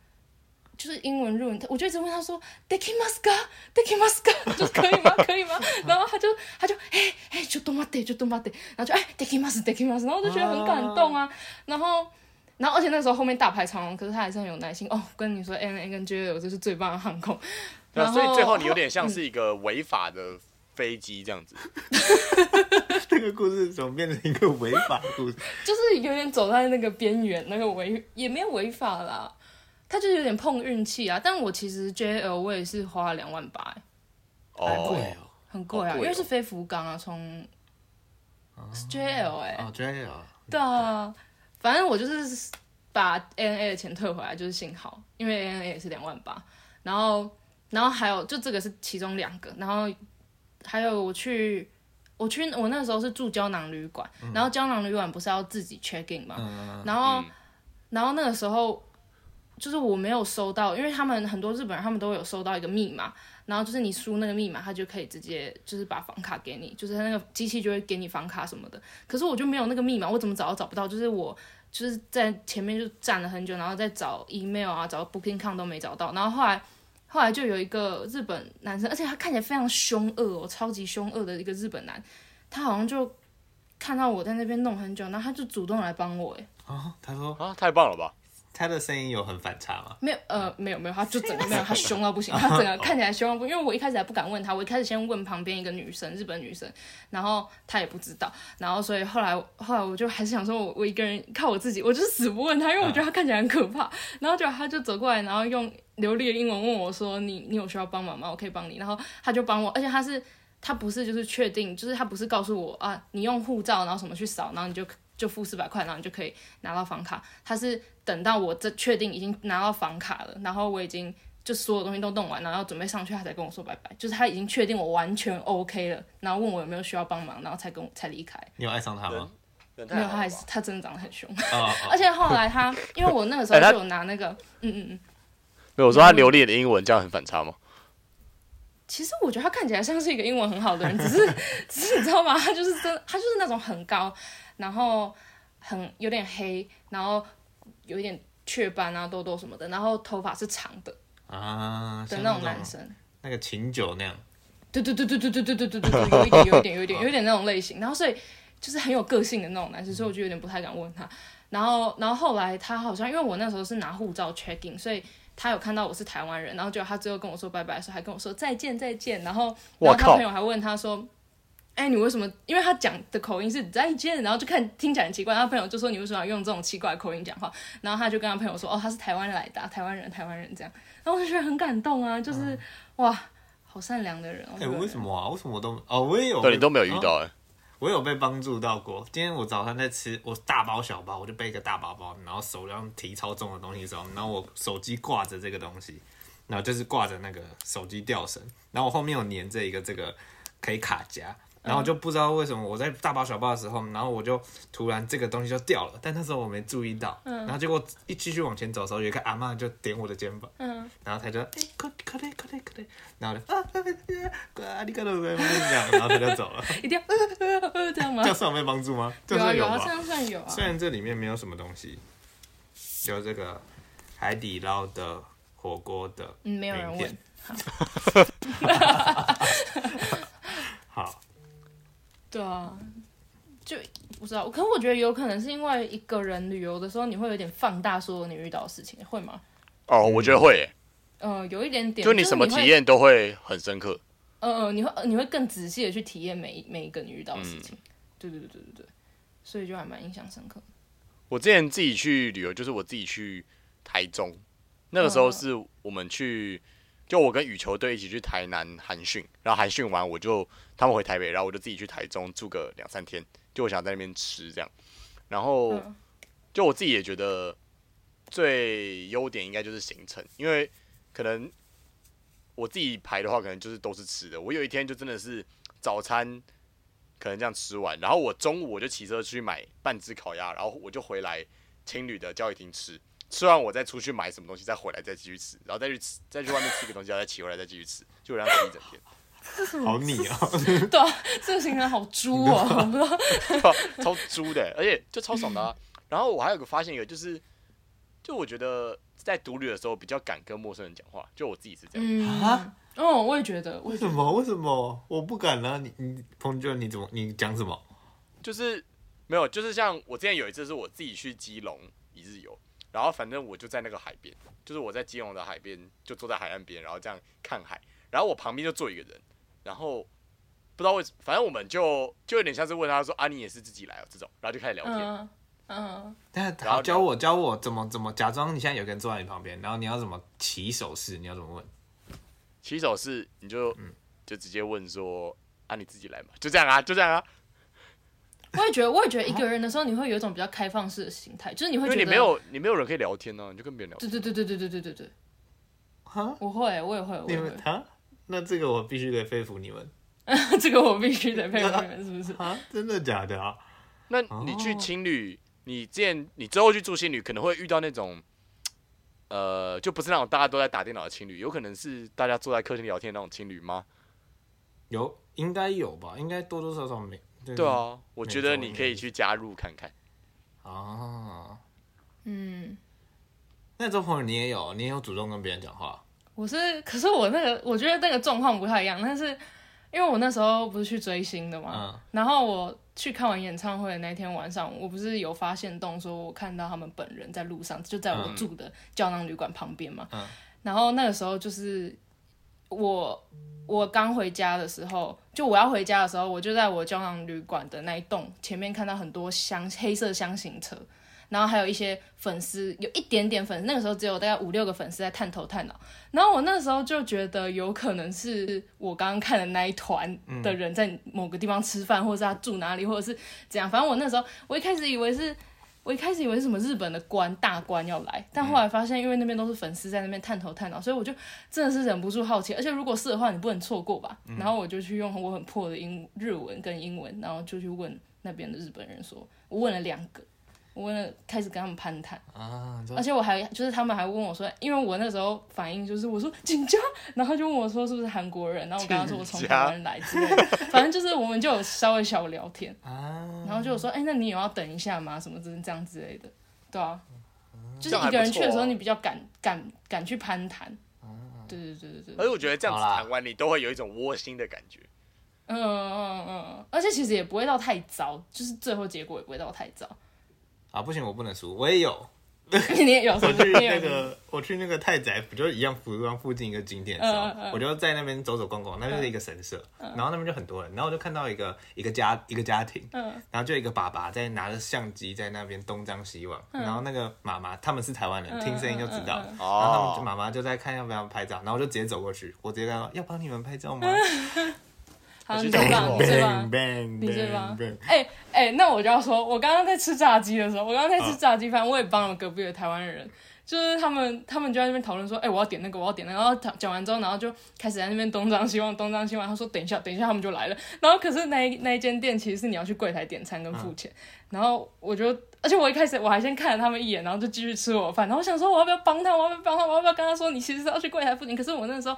S1: 就是英文、日文，他我就一直问他说 d e k i m a s k a d e k i m a s k a <laughs> 就是可以
S3: <laughs>
S1: 吗？可以吗？然后他就他就哎哎，就多 t 得就多 t 得，然后就哎 d e k i m a s d e k i m a s 然后我就觉得很感动啊。然后然后而且那时候后面大排长龙，可是他还是很有耐心哦。跟你说，N N 跟 J O 这是最棒的航空。
S3: 对啊
S1: 然后嗯
S3: 所以最后你有点像是一个违法的飞机这样子，
S2: <laughs> 这个故事怎么变成一个违法故事？
S1: 就是有点走在那个边缘，那个违也没有违法啦，他就是有点碰运气啊。但我其实 J L 我也是花了两万八、欸
S2: 好贵
S3: 哦，
S2: 哦！
S1: 很贵啊，
S3: 好贵哦啊
S1: 因为是飞福冈啊，从 J L 哎、
S2: 哦，这样啊，
S1: 对啊，反正我就是把 ANA 的钱退回来，就是幸好，因为 ANA 也是两万八，然后然后还有就这个是其中两个，然后还有我去我去我那时候是住胶囊旅馆，然后胶囊旅馆不是要自己 check in 嘛，然后、
S3: 嗯
S1: 然后那个时候。就是我没有收到，因为他们很多日本人他们都有收到一个密码，然后就是你输那个密码，他就可以直接就是把房卡给你，就是他那个机器就会给你房卡什么的。可是我就没有那个密码，我怎么找都找不到。就是我就是在前面就站了很久，然后再找 email 啊，找 Booking com 都没找到。然后后来后来就有一个日本男生，而且他看起来非常凶恶哦，超级凶恶的一个日本男，他好像就看到我在那边弄很久，然后他就主动来帮我，哎，
S2: 哦，他说
S3: 啊，太棒了吧！
S2: 他的声音有很反差吗？
S1: 没有呃没有没有，他就整个没有，他凶到不行，他整个看起来凶到不行，因为我一开始还不敢问他，我一开始先问旁边一个女生，日本女生，然后她也不知道，然后所以后来后来我就还是想说我我一个人靠我自己，我就是死不问他，因为我觉得他看起来很可怕，然后就他就走过来，然后用流利的英文问我说你你有需要帮忙吗？我可以帮你，然后他就帮我，而且他是他不是就是确定，就是他不是告诉我啊，你用护照然后什么去扫，然后你就就付四百块，然后你就可以拿到房卡。他是等到我这确定已经拿到房卡了，然后我已经就所有东西都弄完，然后要准备上去，他才跟我说拜拜。就是他已经确定我完全 OK 了，然后问我有没有需要帮忙，然后才跟我才离开。
S2: 你有爱上他
S3: 啊
S2: 吗？
S3: 人
S1: 没
S3: 太
S1: 有，他
S3: 好了
S1: 还
S3: 吧
S1: 是？他真的长得很凶，
S2: 哦，
S1: <laughs> 而且后来他因为我那个时候
S3: 哎他
S1: 就有拿那个，嗯嗯嗯，
S3: 没有，我说他流利的英文这样很反差吗？
S1: 其实我觉得他看起来像是一个英文很好的人，只是 <laughs> 只是你知道吗？他就是真的，他就是那种很高，然后很有点黑，然后有一点雀斑啊、痘痘什么的，然后头发是长的
S2: 哦啊，
S1: 的
S2: 像
S1: 那
S2: 那
S1: 种男生。
S2: 那个琴酒那样，
S1: 对对对对对对对对对对对，有一点有一点有一点有一点那种类型，然后所以就是很有个性的那种男生，所以我就有点不太敢问他。然后然后后来他好像因为我那时候是拿护照 check in，所以他有看到我是台湾人，然后结果他最后跟我说拜拜的时候还跟我说再见再见，然后然
S3: 哇
S1: 后他
S3: 靠
S1: 朋友还问他说。哎，你为什么？因为他讲的口音是再见，然后就看听起来很奇怪。他朋友就说你为什么要用这种奇怪的口音讲话？然后他就跟他朋友说，哦，他是台湾来的啊、台湾人，台湾人这样。然后我就觉得很感动啊，就是、哇，好善良的人哦。
S2: 嗯哎，
S1: 对不对
S2: 为什么啊？为什么我都哦，我也有被，
S3: 对你都没有遇
S2: 哦，
S3: 到哎，
S2: 我有被帮助到过。今天我早上在吃，我大包小包，我就背一个大包包，然后手上提超重的东西的时候，然后我手机挂着这个东西，然后就是挂着那个手机吊绳，然后我后面有粘着一个这个可以卡夹，然后就不知道为什么我在大包小包的时候，然后我就突然这个东西就掉了，但那时候我没注意到，然后结果一继续往前走的时候，有一个阿嬷就点我的肩膀，
S1: 嗯，
S2: 然后他就哎，可可嘞可嘞可嘞，然后我就啊啊啊，你可能没帮助这样，然后他就走了，
S1: 一定要呃呃呃这样吗 <laughs>
S2: 这？样算有被帮助吗？这
S1: 有啊有
S2: 算
S1: 啊，这
S2: 吧？
S1: 样算有啊。
S2: 虽然这里面没有什么东西，有这个海底捞的火锅的
S1: 嗯，没有人问
S2: 名
S1: <laughs>
S2: 片。，好，
S1: 对啊，就不知道。可是我觉得有可能是因为一个人旅游的时候，你会有点放大所有你遇到的事情，会吗？
S3: 哦，我觉得会耶，
S1: 呃，有一点点，
S3: 就
S1: 你
S3: 你什么
S1: 会
S3: 体？验都会很深刻。
S1: 呃，你会你会更仔细的去体验每一每一个你遇
S2: 嗯
S1: 到的事情。对对对对对对，所以就还蛮印象深刻。
S3: 我之前自己去旅游，就是我自己去台中，那个时候
S1: 嗯
S3: 是我们去，就我跟羽球队一起去台南寒训，然后寒训完我就他们回台北，然后我就自己去台中住个两三天，就我想在那边吃这样，然后。
S1: 嗯
S3: 就我自己也觉得最优点应该就是行程，因为可能我自己排的话，可能就是都是吃的。我有一天就真的是早餐可能这样吃完，然后我中午我就骑车去买半只烤鸭，然后我就回来青旅的交易厅吃。吃完我再出去买什么东西，再回来再继续吃，然后再去吃，再去外面吃个东西，然后再骑回来再继续吃，就这样吃一整天，
S2: 好你哦，
S1: 对啊，这个行程好猪哦，我不知道。
S3: 超猪的，而且就超爽的啊、然后我还有个发现一个，就是就我觉得在独旅的时候比较敢跟陌生人讲话，就我自己是这样。
S1: 嗯
S2: 啊，
S1: 哦，我也觉得，我
S2: 为 <laughs> 什么？为什么？我不敢啊！你你彭俊，你怎么？你讲什么？
S3: 就是没有，就是像我之前有一次是我自己去基隆一日游，然后反正我就在那个海边，就是我在基隆的海边，就坐在海岸边，然后这样看海，然后我旁边就坐一个人，然后不知道为什反正我们就就有点像是问他说啊，你也是自己来哦这种，然后就开始聊天，
S1: 嗯嗯，
S2: 但
S3: 然
S2: 好
S3: 后就
S2: 教我教我怎么怎么假装你现在有个人坐在你旁边，然后你要怎么起手势，你要怎么问？
S3: 起手是你就、就直接问说啊你自己来嘛，就这样啊，就这样啊，
S1: 我也觉得，我也觉得一个人的时候，你会有一种比较开放式的心态，就是你会
S3: 因
S1: 觉得
S3: 为你没，有你没有人可以聊天呢、啊你就跟别人聊
S1: 对
S3: 天。
S1: 对对对对对对对对，
S2: 哈，
S1: 我会，我也会，我
S2: 你
S1: 也会
S2: 们，哈？那这个我必须得佩服你们
S1: 这个我必须得佩服你们，是
S2: <laughs>
S1: 不是？
S2: 啊！真的假的啊？
S3: 那你去青旅，你之前你之后去住青旅，可能会遇到那种，呃，就不是那种大家都在打电脑的青旅，有可能是大家坐在客厅聊天的那种青旅吗？
S2: 有应该有吧？应该多多少少没。对
S3: 对啊，我
S2: 没
S3: 觉
S2: 错
S3: 得你
S2: 没
S3: 可以
S2: 错
S3: 去加入看看。
S2: 啊，
S1: 嗯，
S2: 那周朋友你也有，你也有主动跟别人讲话。
S1: 我是，可是我那个，我觉得那个状况不太一样，但是因为我那时候不是去追星的嘛，
S2: 嗯
S1: 然后我去看完演唱会的那天晚上，我不是有发现动说，我看到他们本人在路上，就在我住的胶囊旅馆旁边嘛，
S2: 嗯
S1: 然后那个时候就是我我刚回家的时候，就我要回家的时候，我就在我胶囊旅馆的那一栋前面看到很多箱黑色箱型车，然后还有一些粉丝，有一点点粉丝，那个时候只有大概五六个粉丝在探头探脑。然后我那时候就觉得有可能是我刚刚看的那一团的人在某个地方吃饭，或者是他住哪里，或者是怎样。反正我那时候我一开始以为是。我一开始以为是什么日本的官大官要来，但后来发现，因为那边都是粉丝在那边探头探脑，所以我就真的是忍不住好奇。而且如果是的话，你不能错过吧？然后我就去用我很破的英日文跟英文，然后就去问那边的日本人说，我问了两个，我问了开始跟他们攀谈，
S2: 啊，你知道
S1: 而且我还就是他们还问我说，因为我那时候反应就是我说紧张，然后他就问我说是不是韩国人，然后我跟他说我从
S3: 紧
S1: 台
S3: 张
S1: 湾来之类的，反正就是我们就有稍微小聊天，
S2: 啊，
S1: 然后就有说哎、那你有要等一下吗？什么之这样之类的，对啊，就
S3: 这
S1: 是
S3: 样
S1: 一
S3: 还
S1: 个人去的时
S3: 不错
S1: 候
S3: 哦嗯
S1: 你比较敢敢敢去攀谈，对对对对
S2: 嗯
S3: 而
S1: 对，
S3: 且我觉得这样子
S2: 好啦
S3: 谈完，你都会有一种窝心的感觉。哎
S1: 嗯嗯嗯嗯，而且其实也不会到太糟，就是最后结果也不会到太糟， <laughs>
S2: 啊，不行，我不能输，我也有。
S1: 你也有什
S2: 我
S1: 么
S2: 去
S1: 你也
S2: 那
S1: 有什么
S2: 个，我去那个太宰府，就是一样服装附近一个景点的
S1: 嗯
S2: 时
S1: 嗯
S2: 候
S1: 嗯，
S2: 我就在那边走走逛逛，那就是一个神社，然后那边就很多人，然后我就看到一个一个家一个家庭，
S1: 嗯
S2: 然后就有一个爸爸在拿着相机在那边东张西望，然后那个妈妈他们是台湾人，听声音就知道，
S1: 嗯嗯嗯嗯
S2: 然后他们
S3: 哦，
S2: 妈妈就在看要不要拍照，然后我就直接走过去，我直接跟他说要帮你们拍照 <laughs> 吗
S1: 好，你
S3: 就
S1: 最
S3: 是
S1: 棒，
S2: <laughs>
S3: 我
S1: 你最棒
S2: ？Bang。bang
S1: 你最棒
S2: bang bang，
S1: 哎、哎、那我就要说，我刚刚在吃炸鸡的时候，我刚刚在吃炸鸡饭，我也帮了隔壁的台湾人，就是他们他们就在那边讨论说，哎、我要点那个，我要点那个，然后讲讲完之后，然后就开始在那边东张西望，东张西望。他说等一下，等一下，他们就来了。然后可是那一那一间店其实是你要去柜台点餐跟付钱，然后我就。而且我一开始我还先看了他们一眼，然后就继续吃我的饭。然后我想说我要不要帮他，我要不要帮他，我要不要跟他说你其实是要去柜台付钱。可是我那时候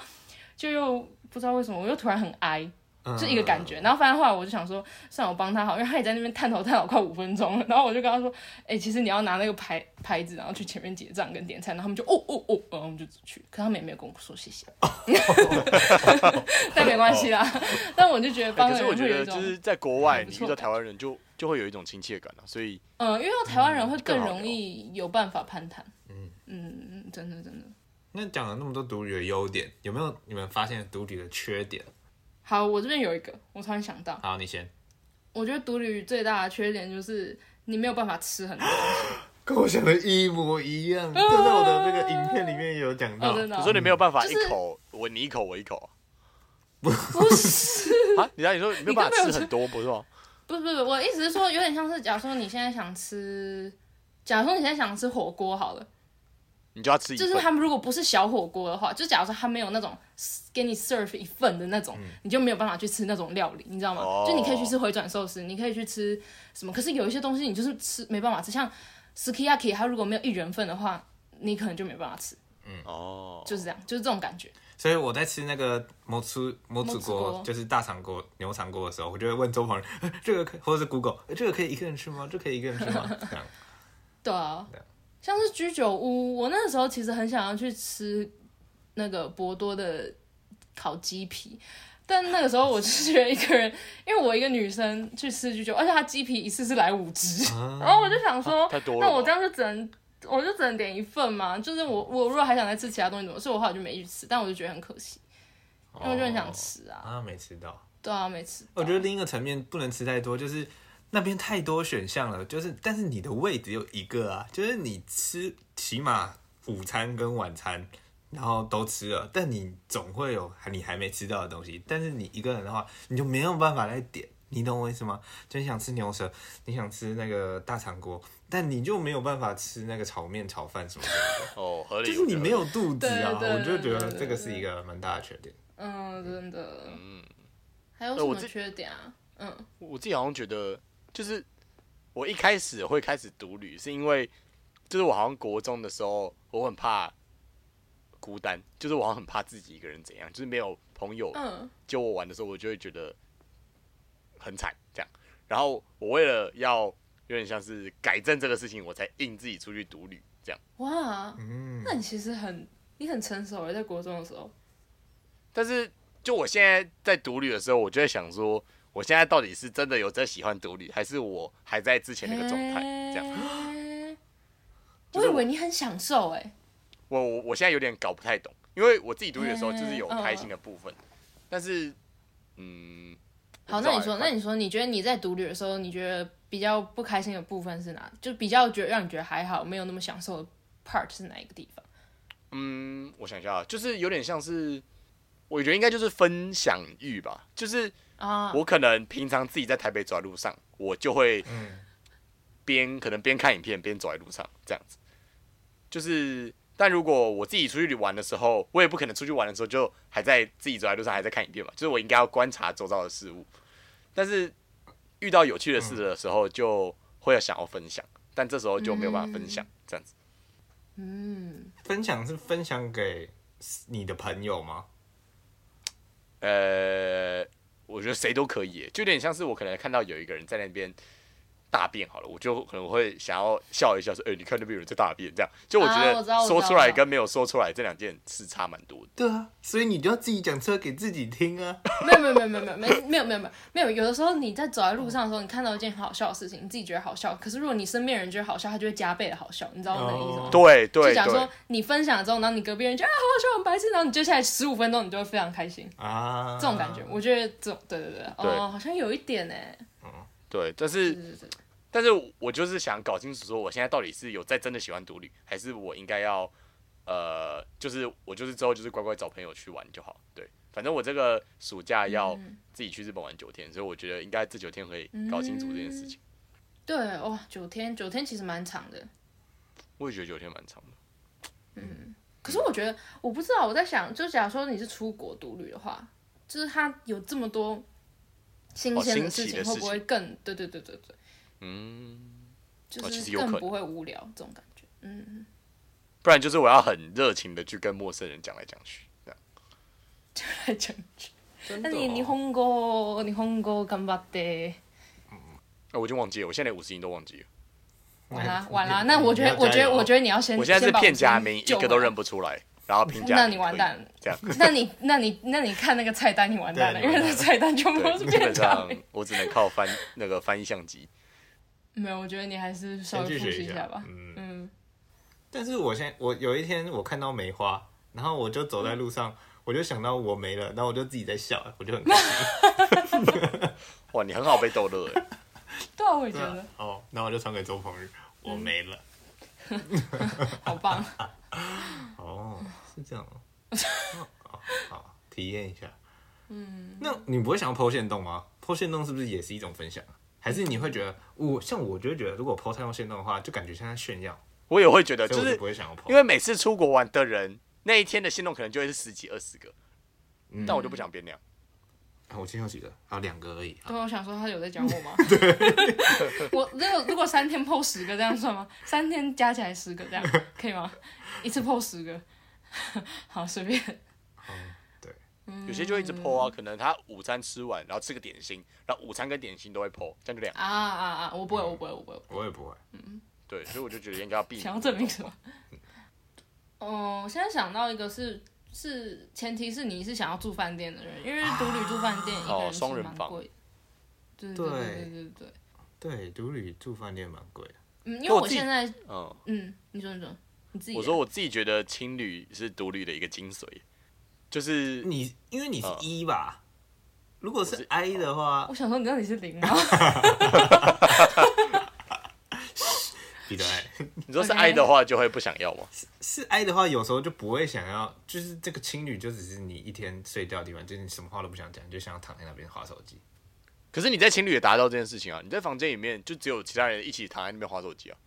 S1: 就又不知道为什么，我又突然很哀，
S2: 嗯
S1: 就一个感觉。然后反正后来我就想说，算了，我帮他好，因为他也在那边探头探脑快五分钟了。然后我就跟他说，哎、其实你要拿那个牌牌子，然后去前面结账跟点餐。然后他们就哦哦哦，然后我们就去，可他们也没有跟我说谢谢，但没关系啦。 <laughs> 但我就觉得帮
S3: 可
S1: 人
S3: 是我觉
S1: 会有
S3: 得
S1: 一种
S3: 就，是在国外，
S1: 不
S3: 你
S1: 错
S3: 遇到
S1: 的
S3: 台湾人就就会有一种亲切感了、所以
S1: 嗯、因为台湾人会更
S3: 更好
S1: 容易有办法攀谈。嗯嗯，真的真的。
S2: 那讲了那么多独旅的优点，有没有你们发现独旅的缺点？
S1: 好，我这边有一个，我突然想到，
S2: 好，你先
S1: 我觉得独旅最大的缺点就是你没有办法吃很多。
S2: 跟我想的一模一样，这在我的那个影片里面也有讲到
S1: 哦，，真的、
S3: 我说
S1: 哦，
S3: 你没有办法
S1: 就
S3: 一
S1: 是
S3: 口我你一口我一口
S1: <laughs>
S3: 啊
S1: 不是，
S3: 啊，你让你说没有办
S1: 你都
S3: 法
S1: 没有
S3: 吃很多，不是吗？
S1: 不是不是，我的意思是说，有点像是，假如说你现在想吃，假如说你现在想吃火锅好了，
S3: 你就要吃一
S1: 就是
S3: 份。
S1: 他们如果不是小火锅的话，就假如说他没有那种给你 serve 一份的那种，你就没有办法去吃那种料理，你知道吗？
S3: 嗯哦
S1: 就你可以去吃回转寿司，你可以去吃什么，可是有一些东西你就是吃没办法吃，像 sukiyaki，它如果没有一人份的话，你可能就没办法吃，
S3: 哦，
S1: 就是这样，就是这种感觉。
S2: 所以我在吃那个摩粗摩祖
S1: 摩祖
S2: 锅
S1: 锅，
S2: 就是大肠锅、牛肠锅的时候，我就会问周鹏，呃 <laughs> 这个可以或者是 Google，呃这个可以一个人吃吗？这可以一个人吃吗？ <laughs> 这样
S1: 对啊
S2: 对啊，
S1: 像是居酒屋，我那时候其实很想要去吃那个博多的烤鸡皮，但那个时候我就是觉得一个人，因为我一个女生去吃居酒屋，而且它鸡皮一次是来五只，然后我就想说，
S3: 啊太多了吧。
S1: 那我这样就只能。我就只能点一份嘛，就是我我如果还想再吃其他东西怎么？所以我后来就没去吃，但我就觉得很可惜，因为我就很想吃
S3: 哦
S1: 啊。
S2: 啊，没吃到。
S1: 对啊，没吃到。
S2: 我觉得另一个层面不能吃太多，就是那边太多选项了，就是但是你的胃只有一个啊，就是你吃起码午餐跟晚餐，然后都吃了，但你总会有你还没吃到的东西，但是你一个人的话，你就没有办法再点。你懂我意思吗？就你想吃牛舌，你想吃那个大肠锅，但你就没有办法吃那个炒面、炒饭什么的，
S3: <laughs> 哦，合理。
S2: 就是你没
S3: 有，
S2: 有肚子啊！
S1: 对对
S2: 我就觉
S1: 对
S2: 得
S1: 对
S2: 这个是一个蛮大的缺点。
S1: 嗯，真的。
S3: 嗯，
S1: 还有
S3: 呃
S1: 什
S3: 我
S1: 么
S3: 自
S1: 缺点啊？嗯，
S3: 我自己好像觉得，就是我一开始会开始独旅，是因为就是我好像国中的时候，我很怕孤单，就是我好像很怕自己一个人怎样，就是没有朋友
S1: 嗯，
S3: 揪我玩的时候，我就会觉得很惨这样。然后我为了要有点像是改正这个事情，我才硬自己出去独旅这样。
S1: 哇，
S2: 嗯，
S1: 那你其实很，你很成熟了，在国中的时候。
S3: 但是就我现在在独旅的时候，我就会想说，我现在到底是真的有在喜欢独旅，还是我还在之前那个状态这样？
S1: 样。
S3: 就
S1: 我
S3: 是
S1: 以
S3: 我
S1: 为你很享受哎、
S3: 我我我现在有点搞不太懂，因为我自己独立的时候就是有
S1: 嗯
S3: 开心的部分，但是嗯，
S1: 好，
S3: 我不
S1: 那
S3: 知道
S1: 你
S3: 欸
S1: 说，
S3: 反
S1: 那你说，你觉得你在独旅的时候，你觉得比较不开心的部分是哪？就比较觉得让你觉得还好，没有那么享受的 part 是哪一个地方？
S3: 嗯，我想一下啊，就是有点像是，我觉得应该就是分享欲吧，就是
S1: 啊，
S3: 我可能平常自己在台北走在路上，我就会边可能边看影片边走在路上这样子，就是。但如果我自己出去玩的时候，我也不可能出去玩的时候就还在自己走在路上还在看影片嘛，就是我应该要观察周遭的事物。但是遇到有趣的事的时候，就会想要分享，但这时候就没有办法分享，这样子。
S1: 嗯，
S2: 分享是分享给你的朋友吗？
S3: 呃，我觉得谁都可以耶，就有点像是我可能看到有一个人在那边大便好了，我就可能会想要笑一笑说，哎、你看那边有人在大便，这样。就我觉
S1: 啊我知道
S3: 得
S1: 我知道
S3: 说出来跟没有说出来这两件事差蛮多的。
S2: 对啊，所以你就要自己讲出来给自己
S1: <laughs>
S2: 听啊。
S1: 没有没有没有没有没有没有没有没有没有，有的时候你在走在路上的时候，你看到一件很好笑的事情，你自己觉得好笑，可是如果你身边人觉得好笑，他就会加倍的好笑，你知道我的意思吗
S2: 哦？
S3: 对对
S1: 就假如
S3: 对
S1: 说，你分享了之后，然后你隔壁人就啊好好笑，很白痴，然后你接下来十五分钟你就会非常开心，
S2: 啊，
S1: 这种感觉，我觉得这种对对对，哦，
S3: 对
S1: 好像有一点呢，欸
S3: 对，
S1: 对
S3: 但是
S1: 对对，
S3: 但是我就是想搞清楚，说我现在到底是有在真的喜欢独旅，还是我应该要呃，就是我就是之后就是乖乖找朋友去玩就好。对，反正我这个暑假要
S1: 嗯
S3: 自己去日本玩九天，所以我觉得应该这九天可以搞清楚这件事情。
S1: 对哇，九天九天其实蛮长的，
S3: 我也觉得九天蛮长的。
S1: 可是我觉得，我不知道，我在想，就假如说你是出国独旅的话，就是它有这么多新
S3: 哦
S1: 鲜
S3: 新
S1: 事
S3: 奇
S1: 情，
S3: 的
S1: 会
S3: 事
S1: 不会更？对对对对对，
S3: 嗯，
S1: 就
S3: 哦其实
S1: 是
S3: 有可
S1: 更
S3: 能
S1: 不会无聊这种感觉。 <laughs> 嗯，
S3: 不然就是我要很热情的去跟陌生人讲来讲去，这样。
S1: 太讲究。
S3: <laughs> 真哦
S1: 那你日本語日本語頑張って。
S3: 啊我已经忘记了，我现在连五十音都忘记了。
S1: 完
S2: 哎
S1: 啦完啊啦，那我觉得我觉得我觉
S2: 得
S1: 得你要啊先，
S3: 我现在是
S1: 先把
S3: 片
S1: 自己
S3: 假名一
S1: 救
S3: 个
S1: 回
S3: 都
S1: 来
S3: 认不出来，然后拼假
S1: 那
S3: 名
S1: 你完
S3: 而已
S1: 蛋
S3: <laughs>
S1: 了，<laughs>
S3: 这样。
S1: 那你那你那你看那个菜单，你完蛋了，
S2: 对
S1: 因为那菜单全部都是
S3: 对，基
S1: 片
S3: 本
S1: 假
S3: 上
S1: 名。
S3: 我只能靠翻那个翻译相机。
S1: 没有，我觉得你还是稍
S2: 先
S1: 微
S2: 去
S1: 复
S2: 学
S1: 习
S2: 一
S1: 下吧。
S2: 嗯，
S1: 嗯，
S2: 但是我现在我有一天我看到梅花，然后我就走在路上，我就想到我没了，然后我就自己在笑，我就很开
S1: <laughs>
S2: 心。
S3: 哇，你很好被逗乐哎。
S1: 对啊，我也觉得
S2: 哦，然后我就传给周鹏宇，我没了。
S1: 好棒。啊 <laughs>
S2: 哦，是这样哦。哦好，体验一下。嗯，那你不会想要剖线洞吗？剖线洞是不是也是一种分享啊？还是你会觉得我像我就会觉得，如果剖太空线洞的话，就感觉像在炫耀，
S3: 我也会觉得，
S2: 所以
S3: 就
S2: 我就是不会想要剖。
S3: 因为每次出国玩的人，那一天的行动可能就会是十几二十个，
S2: 嗯
S3: 但我就不想变那样。
S2: 啊我今天有几个？啊，两个而已。啊
S1: 对，我想说他有在讲我吗？ <laughs> 我如果如果三天 PO 十个这样算吗？ <laughs> 三天加起来十个这 <laughs> 样可以吗？一次 PO 十个， <laughs> 好随便。嗯
S3: 有些就会一直剖啊，可能他午餐吃完，然后吃个点心，然后午餐跟点心都会剖，这样就两
S1: 啊啊啊！我不会，我不会，我不会。
S2: 我也不会。
S3: 对，所以我就觉得应该要避免。
S1: 想要证明什么？哦，我现在想到一个是是前提是你是想要住饭店的人，因为独旅住饭店一个
S3: 哦
S1: 人是
S3: 双人
S1: 蛮
S3: 房
S1: 贵的。对对对
S2: 对
S1: 对对对。
S2: 对，独旅住饭店蛮贵的。
S1: 嗯，因为
S3: 那我
S1: 我
S3: 自己
S1: 现在
S3: 嗯，
S1: 嗯，你说你说你自己啊，
S3: 我说我自己觉得青旅是独旅的一个精髓，就是
S2: 你因为你是
S3: 嗯
S2: 一吧？如果
S3: 我
S2: 是
S3: 是哦
S2: I 的话，
S1: 我想说，你知道你是零
S3: <laughs>
S1: 吗？
S2: 闭嘴。
S3: 你说是
S1: OK
S3: 爱的话，就会不想要吗？
S2: 是 I 的话，有时候就不会想要，就是这个青旅就只是你一天睡觉的地方，就是你什么话都不想讲，你就想要躺在那边划手机。
S3: 可是你在情侣也达到这件事情啊，你在房间里面就只有其他人一起躺在那边划手机啊。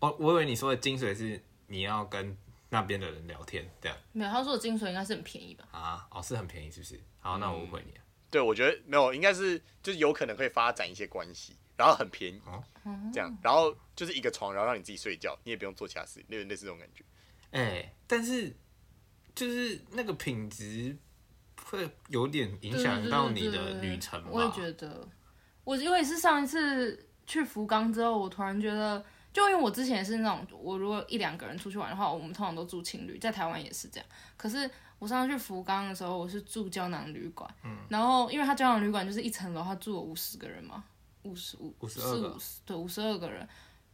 S2: 哦，我以为你说的精髓是你要跟那边的人聊天，这样
S1: 没有，他说的精髓应该是很便宜吧？
S2: 啊？哦，是很便宜是不是？好，那我误会你了。啊
S3: 对，我觉得没有，应该是就是有可能会发展一些关系，然后很便宜
S2: 哦，
S1: 嗯
S3: 这样，然后就是一个床，然后让你自己睡觉，你也不用做其他事，类类似这种感觉。
S2: 哎、
S1: 嗯
S2: 但是就是那个品质会有点影响到你
S1: 对对
S2: 的
S1: 对对
S2: 旅程吧？
S1: 我也觉得，我因为是上一次去福冈之后，我突然觉得，就因为我之前也是那种，我如果一两个人出去玩的话，我们通常都住情侣，在台湾也是这样。可是我上次去福冈的时候，我是住胶囊旅馆，
S2: 嗯
S1: 然后因为它胶囊旅馆就是一层楼，它住了五十个人嘛，五十五
S2: 52
S1: 四
S2: 个
S1: 五十对五十二个人。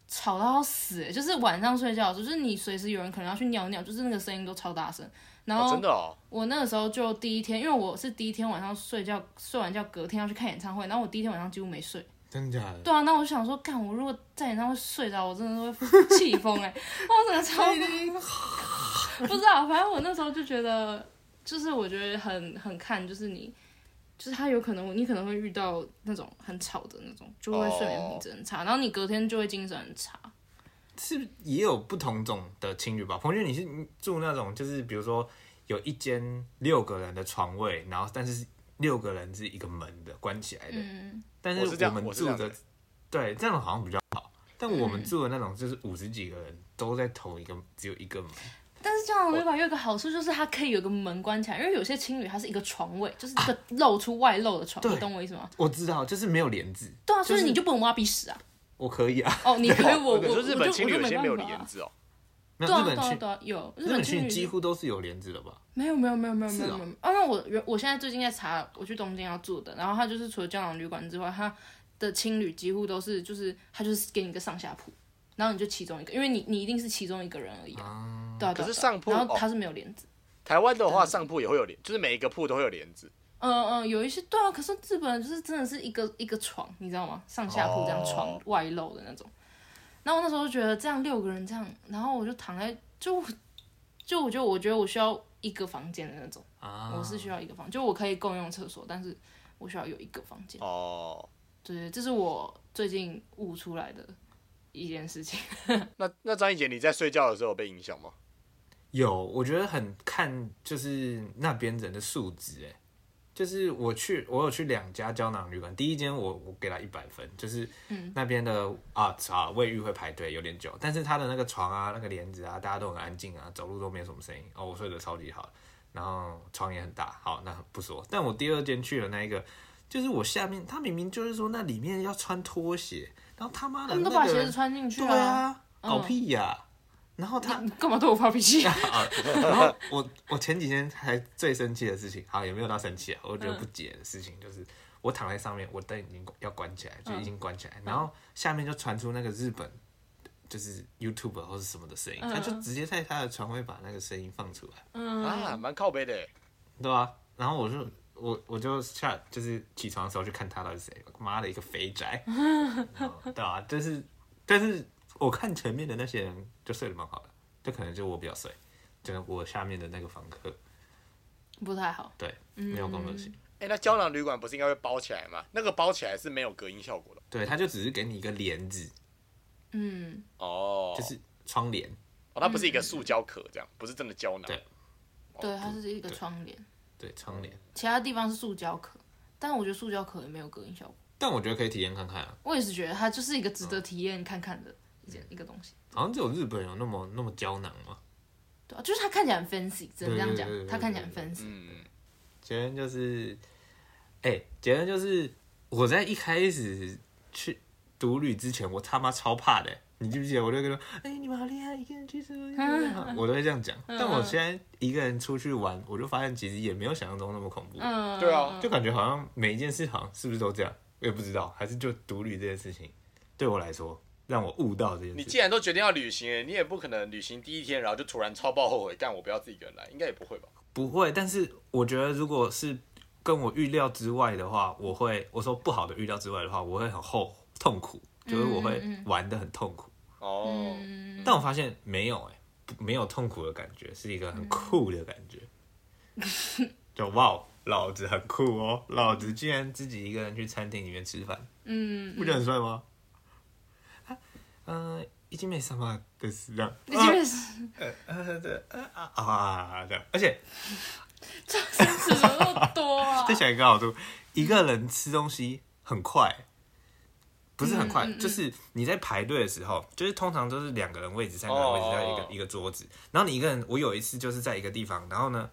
S1: 吵到要死、欸，就是晚上睡觉的时候，就是你随时有人可能要去尿尿，就是那个声音都超大声。然后、
S3: 哦，真的哦，
S1: 我那个时候就第一天，因为我是第一天晚上睡觉，睡完觉隔天要去看演唱会，然后我第一天晚上几乎没睡。
S2: 真的假的？
S1: 对啊，那我就想说，干我如果在演唱会睡着，我真的是会气疯哎、 <laughs> 我整个超不知道，反正我那时候就觉得，就是我觉得很很看，就是你，就是他有可能你可能会遇到那种很吵的那种，就会睡眠品质很差，然后你隔天就会精神很差。
S2: 是不是也有不同种的青旅吧？彭俊，你是住那种就是比如说有一间六个人的床位，然后但是六个人是一个门的关起来的，
S1: 嗯，
S2: 但
S3: 我是这
S2: 我
S3: 样
S2: 们
S3: 我是
S2: 住
S3: 这
S2: 的
S3: 样嗯
S2: 对这样好像比较好，但我们住的那种就是五十几个人都在同一个只有一个门，
S1: 但是这样的旅馆有一个好处，就是它可以有个门关起来，因为有些青旅它是一个床位，就是一个露出外露的床，
S2: 对
S1: 你懂我意思吗？
S2: 我知道就是没有帘子，
S1: 对啊，
S2: 就
S1: 所
S2: 是
S1: 以你就不能挖鼻屎啊！
S2: 我可以啊，
S1: 哦，你可以，我我
S3: 你
S1: 我
S3: 说
S1: 就
S3: 日本情侣有些没有
S1: 我就没办法
S3: 帘
S1: 啊
S3: 子哦，
S2: 没
S1: 对
S2: 有
S1: 啊
S2: 日
S1: 对
S2: 本
S1: 啊
S2: 去
S1: 对啊，有日
S2: 日本去
S1: 青旅
S2: 几乎都是有帘子的吧？
S1: 没有没有没有没有没
S2: 是
S1: 有
S2: 哦
S1: 没有啊！因为我原我现在最近在查我去东京要住的，然后它就是除了胶囊旅馆之外，它的青旅几乎都是就是它就是给你一个上下铺，然后你就其中一个，因为你你一定是其中一个人而已啊。对啊，对啊
S3: 可是
S1: 对啊
S3: 上铺
S1: 然后
S3: 哦
S1: 它是没有帘子。
S3: 台湾的话上铺也会有帘，就是每一个铺都会有帘子。
S1: 嗯嗯，有一些对啊，可是日本人就是真的是一个一个床，你知道吗？上下铺这样
S3: 哦
S1: 床外露的那种。然后我那时候就觉得这样六个人这样，然后我就躺在就就我觉得我觉得我需要一个房间的那种，
S2: 啊，
S1: 我是需要一个房，就我可以共用厕所，但是我需要有一个房间。
S3: 哦，
S1: 对，这是我最近悟出来的一件事情。
S3: 那那张一姐你在睡觉的时候有被影响吗？
S2: 有，我觉得很看就是那边人的素质，哎，就是我去我有去两家胶囊旅馆，第一间我我给他一百分，就是
S1: 嗯
S2: 那边的、啊啊卫浴会排队有点久，但是他的那个床啊那个帘子啊大家都很安静啊，走路都没有什么声音哦，我睡得超级好，然后床也很大，好那不说，但我第二间去了那一个。就是我下面，他明明就是说那里面要穿拖鞋，然后他妈的、
S1: 他
S2: 那
S1: 们
S2: 个
S1: 都把鞋子穿进去
S2: 对
S1: 啊，
S2: 啊，搞屁呀、然后他，
S1: 你干嘛对我发脾 <laughs> 气？
S2: 然后我我前几天还最生气的事情，好也没有到生气啊，我觉得不解的事情就是，我躺在上面，我灯已经要关起来，就已经关起来，然后下面就传出那个日本就是 YouTube 或是什么的声音，
S1: 嗯
S2: 他就直接在他的床位把那个声音放出来，
S3: 啊，蛮靠背的欸。
S2: 对啊，然后我就我我就下就是起床的时候去看他到底是谁，妈的一个肥宅，然后对啊，但是但是我看前面的那些人就睡得蛮好的，就可能就我比较睡，就是我下面的那个房客，
S1: 不太好。
S2: 对，没有公德心，
S3: 哎、那胶囊旅馆不是应该会包起来吗？那个包起来是没有隔音效果的
S2: 对，他就只是给你一个帘子，
S1: 嗯，
S3: 哦，
S2: 就是窗帘，
S3: 哦，它不是一个塑胶壳这样，不是真的胶囊。
S2: 对
S1: 哦对，它是一个窗帘，
S2: 对，窗帘，
S1: 其他地方是塑胶壳，但我觉得塑胶壳也没有隔音效果。
S2: 但我觉得可以体验看看啊，
S1: 我也是觉得它就是一个值
S2: 嗯
S1: 得体验看看的一件、一个东西，
S2: 好像只有日本有那么那么胶囊吗？
S1: 对啊，就是它看起来很 fancy，只能这样讲
S2: 对对对，对
S1: 它看起来很 fancy。
S3: 嗯，
S2: 结论就是，哎、结论就是我在一开始去独旅之前，我他妈超怕的、你记不记得？我就跟他说，哎、你们好厉害，一个人去什么？一个人好我都会这样讲。但我现在一个人出去玩，我就发现其实也没有想象中那么恐怖，
S1: 嗯，
S3: 对啊，
S2: 就感觉好像每一件事好像是不是都这样，我也不知道，还是就独旅这件事情对我来说让我悟到这件
S3: 你
S2: 事
S3: 既
S2: 情。
S3: 然都决定要旅行了，你也不可能旅行第一天然后就突然超爆后悔，干我不要自己一个人来，应该也不会吧？
S2: 不会，但是我觉得如果是跟我预料之外的话，我会我说不好的预料之外的话，我会很后痛苦，就是我会玩的很痛苦。
S3: 哦，
S2: 但我发现没有哎、不没有痛苦的感觉，是一个很酷的感觉。就哇哦，老子很酷哦，老子竟然自己一个人去餐厅里面吃饭，
S1: 嗯，
S2: 不觉得很帅吗？啊，呃，一斤没什么的是这样，
S1: 你这边是
S2: 呃对呃啊啊啊这样，而且
S1: 这生词怎么那么多
S2: <laughs>
S1: 啊
S2: 再？想一个好处，一个人吃东西很快，不是很快，就是你在排队的时候，就是通常都是两个人位置、三个人位置在一个、
S3: 哦
S2: 一个桌子，然后你一个人，我有一次就是在一个地方，然后呢，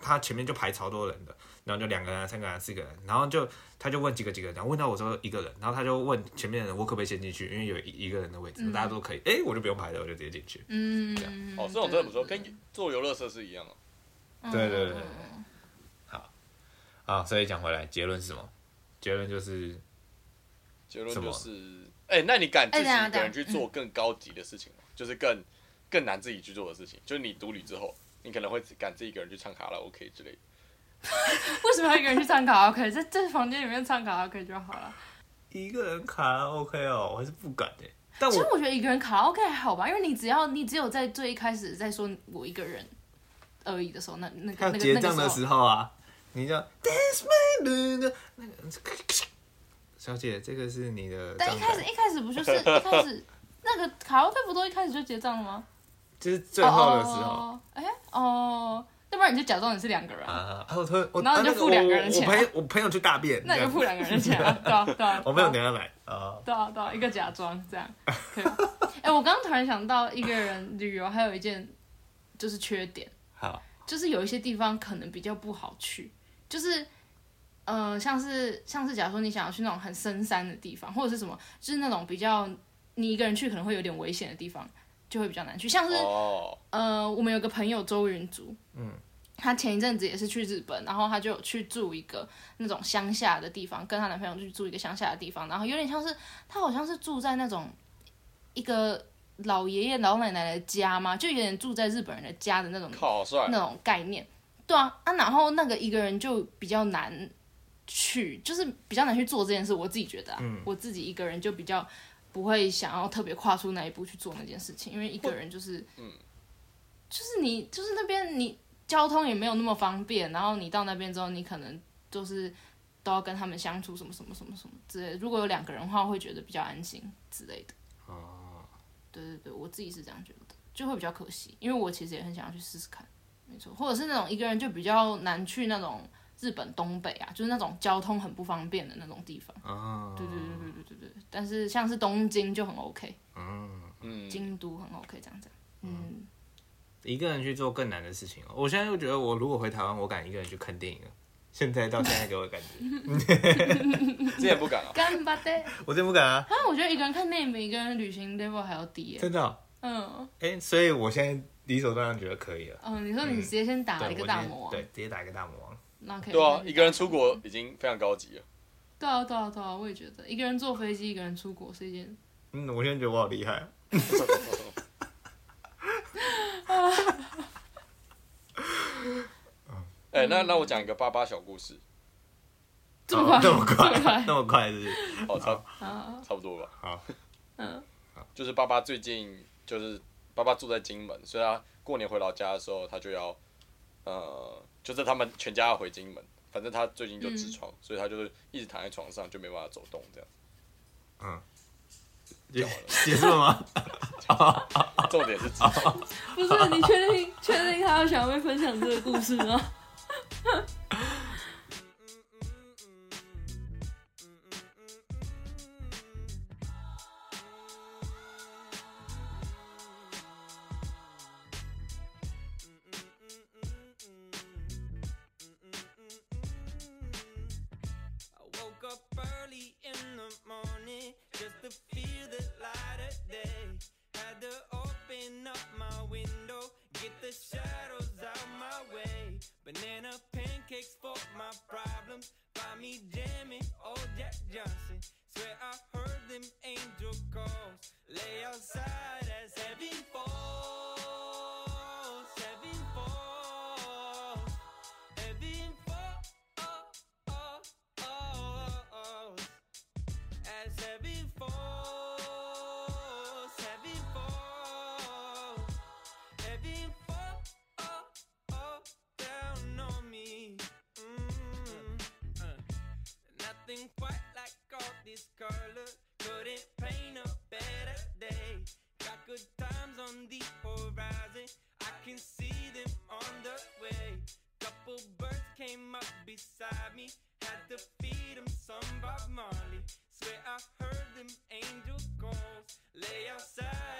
S2: 他前面就排超多人的，然后就两个人啊、三个人啊、四个人，然后就他就问几个几个人，然后问到我说一个人，然后他就问前面的人我可不可以先进去，因为有一一个人的位置，大家都可以，哎、我就不用排了，我就直接进去。
S1: 嗯，
S3: 哦，这种真的不错，跟做游乐设施一样哦。
S1: 嗯
S2: 对对对对，好啊，所以讲回来，结论是什么？结论就是
S3: 结论
S2: 什么
S3: 就是，哎、那你敢自
S1: 哎等一
S3: 己
S1: 下
S3: 一个人去
S1: 等一下
S3: 做更高级的事情吗？就是更更难自己去做的事情，就是你独旅之后，你可能会敢自己一个人去唱卡拉 OK 之类的。
S1: 为什么要一个人去唱卡拉 OK？在在房间里面唱卡拉 OK 就好了。
S2: 一个人卡拉 OK 哦，我还是不敢哎、但
S1: 其实
S2: 我
S1: 我觉得一个人卡拉 OK 还好吧，因为你只要你只有在最一开始在说我一个人而已的时候，那那
S2: 还
S1: 个
S2: 有
S1: 那个
S2: 结
S1: 那
S2: 账的
S1: 个时
S2: 时
S1: 候，
S2: 候啊，你叫 Dance My Love 那个小姐，这个是你的账
S1: 但一开始
S2: 单，
S1: 一开始不就是一开始 <laughs> 那个卡拉 OK 不都一开始就结账了吗？
S2: 就是最后的时候。
S1: 哦，哎哦，要不然你就假装你是两个人，
S2: 啊！啊我突然我
S1: 然后
S2: 啊
S1: 你就
S2: 那个
S1: 付两个人
S2: 我
S1: 钱
S2: 我朋友我朋友去大便，
S1: 那你
S2: 这
S1: 就
S2: 样
S1: 付两个人的钱啊，对啊对啊，
S2: <laughs> 我朋友
S1: 对啊
S2: 等下来啊，
S1: 对啊对啊，一个假装这样，可以
S2: <laughs>
S1: 吧？哎、我刚刚突然想到，一个人旅游还有一件就是缺点。
S2: 好，
S1: 就是有一些地方可能比较不好去，就是呃，像是像是假如说你想要去那种很深山的地方，或者是什么，就是那种比较你一个人去可能会有点危险的地方，就会比较难去。像是
S3: 哦，
S1: 呃，我们有个朋友周云竹，嗯，她前一阵子也是去日本，然后她就有去住一个那种乡下的地方，跟她男朋友去住一个乡下的地方，然后有点像是她好像是住在那种一个老爷爷老奶奶的家嘛，就有点住在日本人的家的那种
S3: 靠，好帅！
S1: 那种概念。对啊，啊，然后那个一个人就比较难去，就是比较难去做这件事。我自己觉得啊，我自己一个人就比较不会想要特别跨出那一步去做那件事情，因为一个人就是，就是你就是那边你交通也没有那么方便，然后你到那边之后，你可能就是都要跟他们相处什么什么什么什么之类的。如果有两个人的话，会觉得比较安心之类的。对对对，我自己是这样觉得，就会比较可惜，因为我其实也很想要去试试看，没错，或者是那种一个人就比较难去那种日本东北啊，就是那种交通很不方便的那种地方。
S4: 啊，
S1: 对对对对对对对，但是像是东京就很 OK，
S3: 嗯，
S1: 京都很 OK 这样子。嗯，
S4: 一个人去做更难的事情哦。我现在就觉得，我如果回台湾，我敢一个人去看电影了。现在到现在给我的感
S2: <laughs>
S4: 觉，
S3: 之前不敢啊，
S1: 干巴的。
S4: 我真不敢啊，
S1: 啊，我觉得一个人看电影比一个人旅行 level 还要低耶。
S4: 真的哦。
S1: 嗯
S4: 哎，所以我现在理所当然觉得可以了。
S1: 嗯，你说你直接先打
S4: 对
S1: 一个
S4: 我
S1: 大
S4: 今天
S1: 魔王，
S4: 对，直接打一个大魔王。
S1: 那可以。
S3: 对啊，一个人出国已经非常高级了。
S1: 对啊，对啊，对啊，我也觉得一个人坐飞机，一个人出国是一件
S4: 嗯，我现在觉得我好厉害啊。
S3: 哎、那那我讲一个八八小故事，
S1: 这么快
S4: 哦那么
S1: 这么快
S4: 快，那么快是不是？
S3: 哦，差
S1: 啊，
S3: 差不多吧。
S4: 好，
S1: 嗯
S3: 就是爸爸最近就是爸爸住在金门，所以他过年回老家的时候，他就要呃，就是他们全家要回金门，反正他最近就痔疮，所以他就是一直躺在床上就没办法走动这样。
S4: 结结束了吗？
S3: 重点是痔疮，
S1: 不是你确定确定他要想要被分享这个故事吗？
S5: I woke up early in the morning just to feel the light of day. Had to open up my window, get the shadows out my way. Banana pancakes for my problems. Find me jamming, old Jack Johnson. Swear I heard them angel calls. Lay outside as heaven falls, heaven falls, heaven falls falls. As heaven falls, heaven falls, heaven falls down on me. Mm. Nothing quite like all this color. Couldn't paint a better day. Got good times on the horizon. I can see them on the way. Couple birds came up beside me. Had to feed them some Bob Marley. Swear I heard them angel calls. Lay outside Mm.